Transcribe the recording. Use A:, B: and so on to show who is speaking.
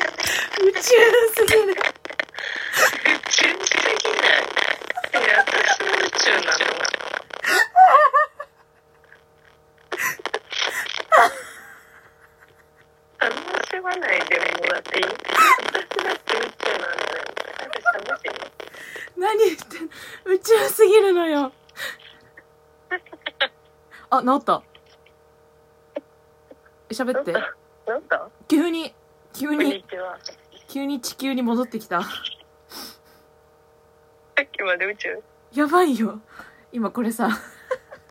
A: チューすぎる。
B: チュンすぎないいや私の宇宙なの楽しまないでもだって私だって宇宙なんだよ私楽しい
A: 何言ってんの宇宙すぎるの よ。あ、治った。喋って。
B: なんだ
A: 急に、急
B: こん
A: に
B: に、ちは
A: 急に地球に戻ってきた。
B: さっきまで宇宙
A: やばいよ。今これさ、